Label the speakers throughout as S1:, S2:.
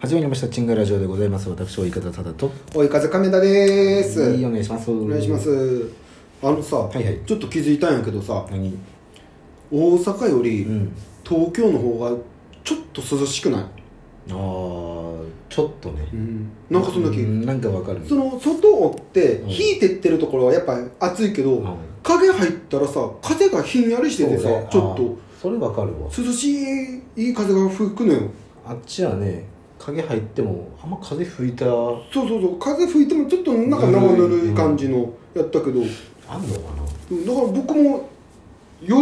S1: 始まりましたチンガラジオでございます私は井方忠と
S2: おい風亀田です、
S1: はいお願いします
S2: お
S1: お
S2: 願いしますあのさ、
S1: はいはい
S2: ちょっと気づいたんやけどさ
S1: 何
S2: 大阪よ
S1: う
S2: り
S1: ん
S2: 東京の方がちょっと涼しくない、
S1: あーちょっとね
S2: うん、なんかその時、
S1: うんなんかわかる
S2: その外をって
S1: うん
S2: 引いてってるところはやっぱ暑いけど、
S1: うん
S2: 影入ったらさ風がひんやりしててさ、
S1: そうね
S2: ちょっ
S1: あーそれわかるわ
S2: と涼しいいい風が吹くのよ
S1: あっちはね影入ってもあんま風吹いたあんの
S2: そうそうそう風吹いてもちょっとなんか生ぬるい感じのやったけど、
S1: か
S2: うんだから僕も夜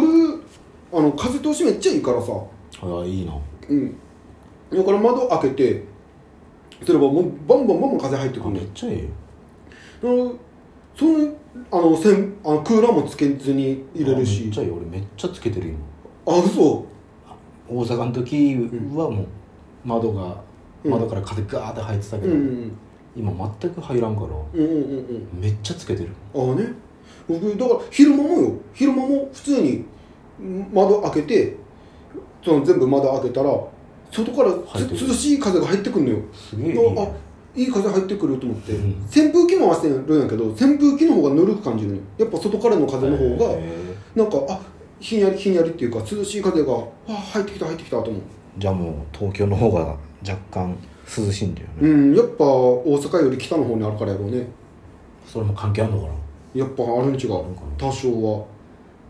S2: あの風通しめっちゃいいからさ、
S1: なあーいいな
S2: うん、だから窓開けてすればもうバンバンバンバン風入ってく
S1: あ
S2: る
S1: め
S2: ね
S1: っちゃいいよ
S2: あのそのあのせんあのクーラーもつけずに入れる
S1: あーめ
S2: し
S1: っちゃいい俺めっちゃつけてる今
S2: あ嘘
S1: 大阪の時はもう窓が
S2: うん
S1: 窓から風ガーって入ってたけ
S2: う
S1: ど
S2: ん
S1: 今全く入らんから
S2: うんうんうん
S1: めっちゃつけてる
S2: うんああね僕だから昼間もよ昼間も普通にん窓開けてその全部窓開けたら外から
S1: 入ってく
S2: つ
S1: る
S2: 涼しい風が入ってくるのよ
S1: すげえいい
S2: あ
S1: ね
S2: あいい風入ってくると思って、
S1: うん
S2: 扇風機も回してるんやけど扇風機の方がぬるく感じるのよやっぱ外からの風の方が
S1: へー
S2: なんかあひんやりひんやりっていうか涼しい風があ入ってきた入ってきたと思う
S1: じゃあもう東京の方が若干涼しいんだよね、
S2: うんやっぱ大阪より北の方にあるからやろうね
S1: それも関係あるのかな
S2: やっぱあるん違
S1: あ
S2: う
S1: るか
S2: 多少は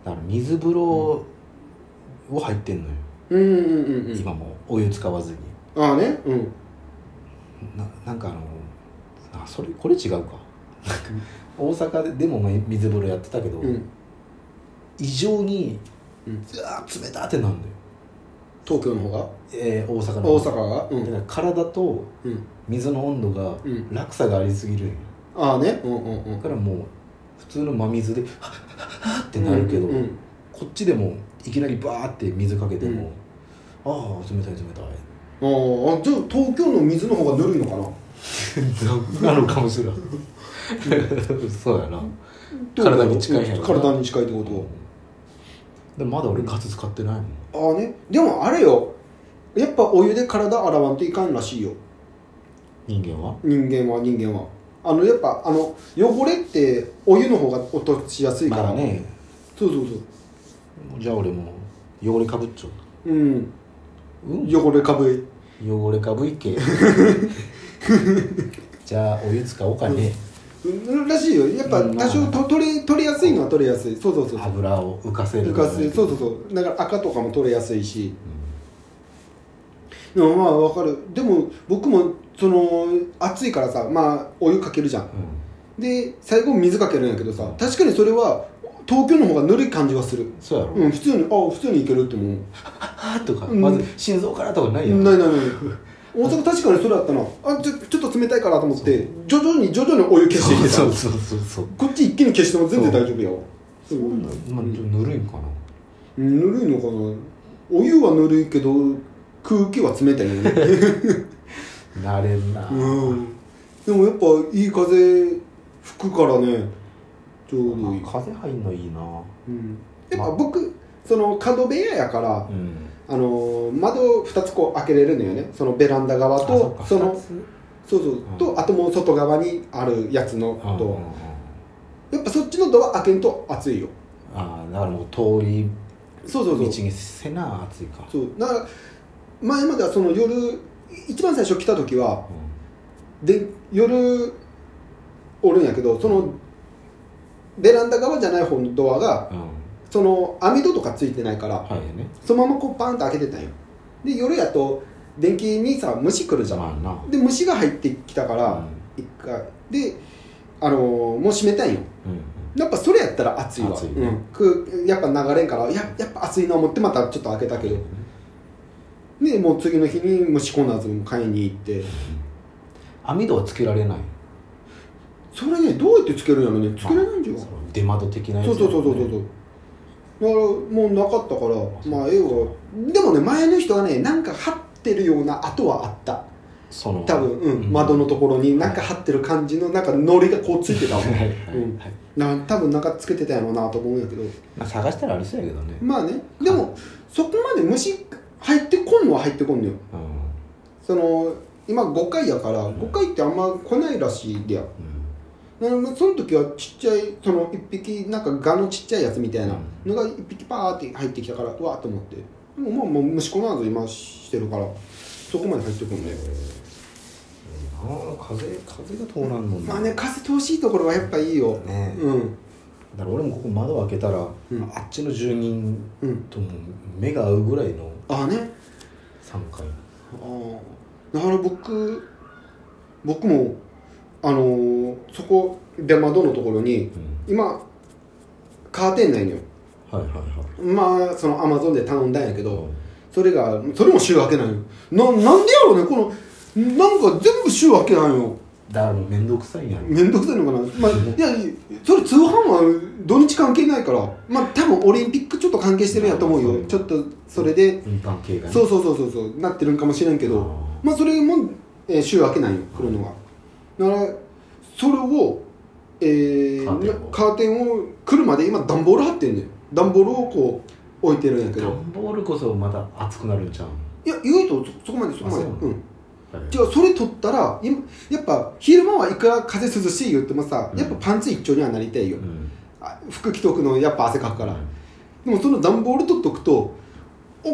S1: なだから水風呂を入ってんのよ、
S2: うんうんうんうん
S1: 今もお湯使わずに
S2: ああねうん
S1: ななんかあのあそれこれ違うか大阪でもまあ水風呂やってたけど、
S2: うん
S1: 異常に
S2: うん
S1: うわー冷たってなるんだよ、
S2: 東京の方が
S1: えー大阪の
S2: 大
S1: 方
S2: 阪がう
S1: だか
S2: ん
S1: ら体と
S2: うん
S1: 水の温度が
S2: うん
S1: 落差がありすぎるんよ
S2: ああねうんうんうん
S1: だからもう普通の真水でハッハッハッってなるけど、
S2: うんうん
S1: こっちでもいきなりバーって水かけても、ああ冷たい冷た
S2: ああじゃあ東京の水の方がぬるいのかない
S1: なのかもしれないそうやな体に近いんやろな
S2: 体に近いってこと
S1: でもまだ俺ガス使ってないもん
S2: ああねでもあれよやっぱお湯で体洗わんといかんらしいよ
S1: 人間は
S2: 人間は人間はあのやっぱあの汚れってお湯の方が落としやすいから、
S1: まあね
S2: そうそうそ
S1: じゃあ俺もう汚れかぶっちょ
S2: ううん
S1: う、うん、
S2: 汚れかぶい
S1: 汚れかぶい けじゃあお湯使おうかね、
S2: うんらしいよやっぱ
S1: うんまあ
S2: 多少と取れ取れやすいのは取れやすいそうそうそうそう
S1: 油を浮かせる
S2: 浮かせそうそう
S1: う、
S2: そうだから赤とかも取れやすいし
S1: う
S2: でもまあわかるでも僕もその暑いからさまあお湯かけるじゃん
S1: んうん
S2: で最後水かけるんやけどさ確かにそれは東京の方がぬるい感じはする
S1: そうやろ、
S2: うん普通にあ普通にいけるって思う
S1: はぁとか、
S2: うん
S1: まず心臓からとかないやん
S2: ないないない大阪確かにそれだったなあちょちょっと冷たいからと思って徐々に徐々にお湯消していってた
S1: そうそうそうそう
S2: こっち一気に消しても全然大丈夫よ
S1: そうなんまあ、
S2: うん
S1: ちょっとぬるいんかな、
S2: うんぬるいのかなお湯はぬるいけど空気は冷たいよ ね
S1: なれんな、
S2: うんでもやっぱいい風吹くからねちょうどいい、
S1: 風入んのいいな
S2: うん、やっぱ僕その角部屋やから
S1: うん
S2: あのー窓2つこう開けれるのよねそのベランダ側とそのそうそう、
S1: うん
S2: とあともう外側にあるやつの
S1: あ
S2: と、やっぱそっちのドア開けんと暑いよ
S1: あーだからもう遠い
S2: そうそ
S1: 道
S2: うそう
S1: にせな暑いか
S2: そうだから前まではその夜一番最初来た時はで夜おるんやけどそのベランダ側じゃない方のドアが
S1: うん、うん、
S2: その網戸とかついてないから
S1: はいね
S2: そのままこうパンと開けてたんよで夜やと電気にさ虫来るじゃん、
S1: まあな
S2: で虫が入ってきたから一回であのーもう閉めたんよ
S1: うん、うん
S2: やっぱそれやったら暑いわ
S1: 暑いね
S2: うん、くやっぱ流れんからややっぱ暑いな思ってまたちょっと開けたけどでもう次の日に虫コナーズも買いに行って
S1: 網戸はつけられない
S2: それねどうやってつけるんやろねつけれないんじゃん
S1: その出窓的なやつ
S2: そうそうそうそうそうそうだからもうなかったからまあええわでもね前の人はねなんか張ってるような跡はあった
S1: その
S2: 多分、うん窓のところになんか張ってる感じのなんかのりがこうついてた も
S1: はい
S2: ん
S1: はいはい、
S2: うんな多分なんかつけてたやろうなと思うんやけど
S1: まあ、探したらありそうやけどね、
S2: まあねでもそこまで虫入ってこんのは入ってこんのよ
S1: うん
S2: その今5回やから
S1: ん
S2: 5回ってあんま来ないらしいでや
S1: うん
S2: なのでその時はちっちゃいその1匹なんかガのちっちゃいやつみたいなのが1匹パーって入ってきたからうわーと思ってでもまあもう虫子なんぞ今してるからそこまで入ってくるんだよ
S1: ああ風風が通らんのに
S2: まあね風通しいいところはやっぱいいよ
S1: ね
S2: うん
S1: だから俺もここ窓開けたら、
S2: うん
S1: あっちの住人
S2: うん
S1: とも目が合うぐらいの
S2: ああね
S1: 3階
S2: ああだから僕僕もあのーそこ出窓のところに
S1: うん
S2: 今カーテンないのよ
S1: はいはいはい
S2: まあそのアマゾンで頼んだんやけ
S1: う
S2: ど
S1: ん
S2: それがそれも週明けないよななんでやろうねこのなんか全部週明けないよ
S1: だからもう面倒くさいんやろ
S2: 面倒くさいのかな、まあ、いやそれ通販は土日関係ないからまあ多分オリンピックちょっと関係してるんやと思うよちょっとそれで
S1: 運搬系がね
S2: そうそうそうそうそうなってるんかもしれんけど
S1: あ
S2: まあそれも、えー週明けないよ来るのはだからそれを,、えー
S1: カーテンを
S2: カーテンを来るまで今段ボール貼ってんねん段ボールをこう置いてるんやけ
S1: ー
S2: ど
S1: 段ボールこそまた熱くなるんちゃう
S2: いや意外とそそこまでそこまで
S1: あそうなの
S2: うんじゃあそれ取ったら今やっぱ昼間はいくら風涼しい言ってもさ、
S1: うん
S2: やっぱパンツ一丁にはなりたいよ、
S1: うん
S2: あ服着とくのやっぱ汗かくから、
S1: うん
S2: でもその段ボール取っとくとお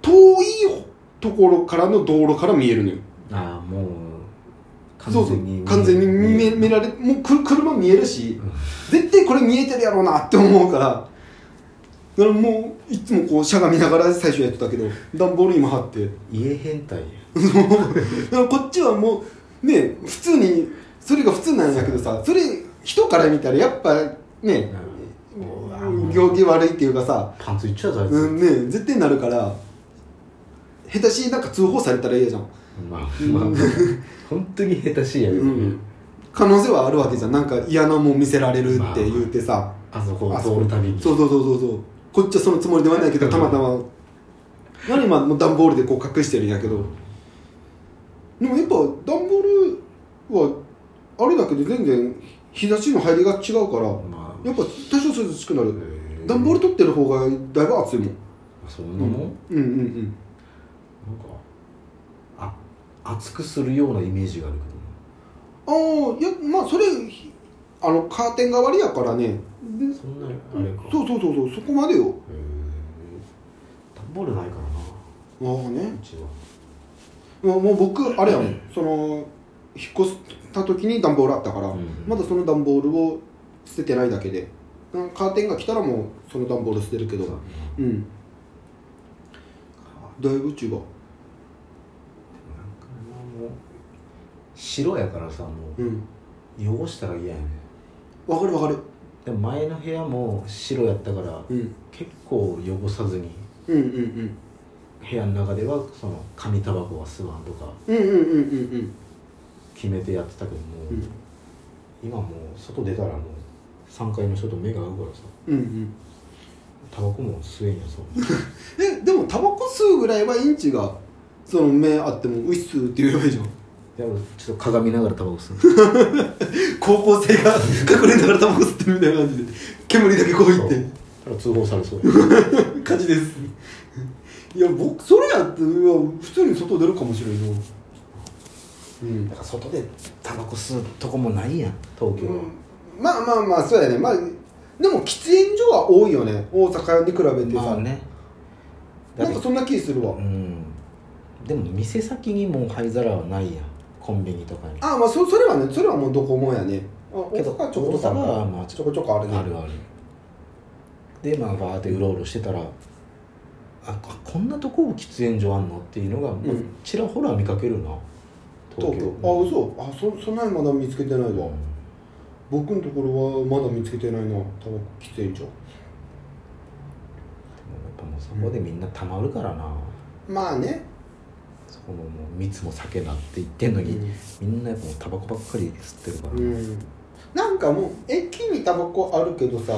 S2: 遠いところからの道路から見えるのよ
S1: ああもう
S2: そうそう完全に見見られもうく車見えるし
S1: うん
S2: 絶対これ見えてるやろうなって思うからだからもういつもこうしゃがみながら最初やってたけど段ボール今貼ってだか
S1: 家変態や
S2: らこっちはもうね普通にそれが普通なんやけどさそれ人から見たらやっぱね
S1: うわ
S2: 行儀悪いっていうかさ、
S1: パンツいっちゃうぞあいつ、
S2: うんね、絶対なるから下手しなんか通報されたら嫌じゃん、
S1: まあまあ本当に下手しいや
S2: う
S1: けどね、
S2: ん、可能性はあるわけじゃんなんか嫌なもん見せられるって言うてさ、
S1: あそこを
S2: あ
S1: 通るたびに
S2: そうそうそうそうそうこっちはそのつもりではないけどたまたま何今もう段ボールでこう隠してるんやけどでもやっぱ段ボールはあれだけで全然日差しの入りが違うから
S1: まあ
S2: やっぱ多少涼しくなる
S1: へー
S2: 段ボール取ってる方がだいぶ暑いもん
S1: そんなもん、
S2: うんうんうん
S1: なんかあ熱くするようなイメージがある
S2: ああいやまあそれあのカーテン代わりやからね
S1: けどそんなあれか
S2: そうそうそうそうそこまでよ
S1: へえ段ボールないからな
S2: ああね
S1: うちは
S2: もうもう僕あれやもんその引っ越した時に段ボールあったから、
S1: うん
S2: まだその段ボールを捨ててないだけでうんカーテンが来たらもうその段ボール捨てるけど
S1: そうや
S2: うん
S1: な
S2: だいぶ違う
S1: なんかなもう白やからさも
S2: うん
S1: う汚したら嫌やね
S2: わかるわかる
S1: でも前の部屋も白やったから
S2: うん
S1: 結構汚さずに
S2: うんうん
S1: 部屋の中ではその紙タバコは吸わんとか
S2: うんうんうんうんうんうん
S1: 決めてやってたけども、
S2: うん
S1: 今もう外出たらもう3階の人と目が合うからさ
S2: うんうん
S1: タバコも吸えんやそう
S2: えでもタバコ吸うぐらいはインチがその目あってもウイッスーって言えばいいじゃん
S1: でもちょっと鏡見ながらタバコ吸う
S2: 高校生が隠れながらタバコ吸ってるみたいな感じで煙だけこういっ
S1: そ
S2: て
S1: うただ通報されそうや
S2: 勝ちですいや僕それやっていや普通に外出るかもしれんようん
S1: だから外でタバコ吸うとこもないやん東京は、
S2: まあまあまあそうやねまあでも喫煙所は多いよね大阪に比べてさ、
S1: まあねだ
S2: な
S1: っ
S2: ん
S1: て
S2: かそんな気するわ、
S1: うんでも店先にもう灰皿はないやんコンビニとかに
S2: ああまあそそれはねそれはもうどこもやねあ
S1: けど
S2: 大阪はちょこちょ
S1: 大阪
S2: こ
S1: は
S2: あ
S1: まあ
S2: るちょこちょこあるね
S1: あるあるでまあバーってうろうろしてたらあここんなとこ喫煙所あんのっていうのが、まあ
S2: うん
S1: ちらほら見かけるな
S2: 東京あ嘘あそそんなにまだ見つけてないわ、
S1: うん
S2: 僕のところはまだ見つけてないなタバコ喫煙所
S1: やっぱもうそこでみんなたまるからな、
S2: まあね、
S1: そこももう密も避けなって言ってんのに、みんなやっぱもうタバコばっかり吸ってるから、
S2: う
S1: うん
S2: んなんかもう駅にタバコあるけどさ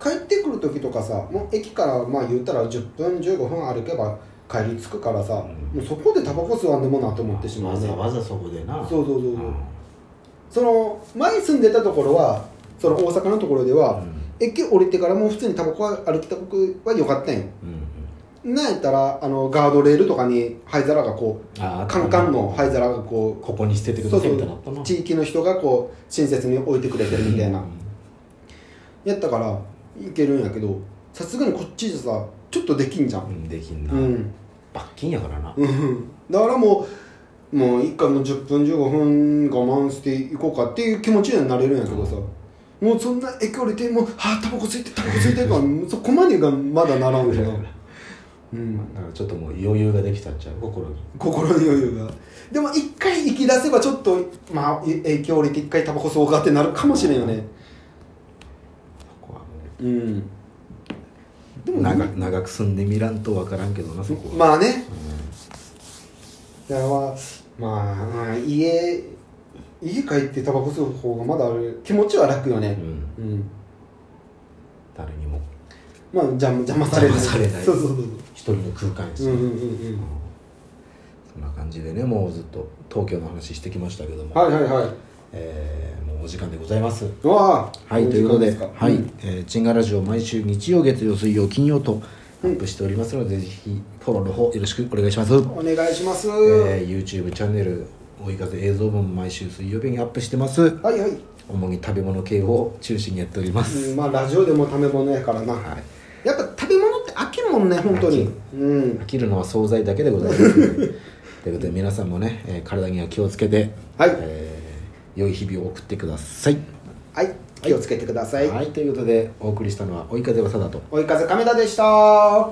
S2: 帰ってくる時とかさもう駅からまあ言ったら10分15分歩けば帰り着くからさ、
S1: ん
S2: もうそこでタバコ吸わんでもなと思ってしま
S1: わ
S2: うね
S1: ざわざそこでな
S2: そうそうそう
S1: う
S2: そうんその前住んでたところはその大阪のところでは、
S1: うん
S2: 駅降りてからもう普通にタバコは歩きたくはよかったんよ
S1: うん
S2: なんやったらあのガードレールとかに灰皿がこう
S1: ああ
S2: カンカンの灰皿がこ
S1: ここに捨ててくだ
S2: そう
S1: さい
S2: そ
S1: うみたいなのあったな
S2: 地域の人がこう親切に置いてくれてるみたいなやったからいけるんやけどさすがにこっちじゃさちょっとできんじゃ
S1: うんんできんな、
S2: うん、
S1: 罰金やからな
S2: うん、だからもうもう一回もう10分15分我慢していこうかっていう気持ちにはなれるんやけどさ、もうそんなエクオリティもうはあタバコ吸いてタバコ吸いてと かそこまでがまだならんけど、うん、
S1: だからちょっともう余裕ができたっちゃう心に
S2: 心の余裕がでも一回行き出せばちょっとまあい影響を降りて一回タバコ吸おうかってなるかもしれんよね
S1: そこはもう
S2: うん
S1: でも長長く住んでみらんとわからんけどなそこは、
S2: まあね
S1: う
S2: だからまあ家家帰ってタバコ吸う方がまだある気持ちは楽よね
S1: んうん
S2: うん
S1: 誰にも
S2: まあ邪魔邪魔されない
S1: 邪魔されない
S2: そうそうそう
S1: 一人の空間やし、
S2: そううんうんうんうん
S1: そんな感じでねもうずっと東京の話してきましたけども、
S2: はいはいはい
S1: えーもうお時間でございます
S2: うわあ
S1: はいということで
S2: お時間すか
S1: はい、
S2: うん
S1: えー、チンガラジオ毎週日曜月曜水曜金曜とアップしておりますので、ぜひフォローの方よろしくお願いします、
S2: お願いします
S1: えー、YouTube チャンネル追い風映像分も毎週水曜日にアップしてます
S2: はいはい
S1: 主に食べ物系を中心にやっております、
S2: うんまあラジオでも食べ物やからな
S1: はい
S2: やっぱ食べ物って飽きるもんね本当に
S1: 飽
S2: うん
S1: 飽きるのは惣菜だけでございます、 ということで皆さんもね、えー体には気をつけて、
S2: はい
S1: えー良い日々を送ってください、
S2: はい気をつけてください、
S1: はい、ということでお送りしたのは及川正人と
S2: 追い風亀田でした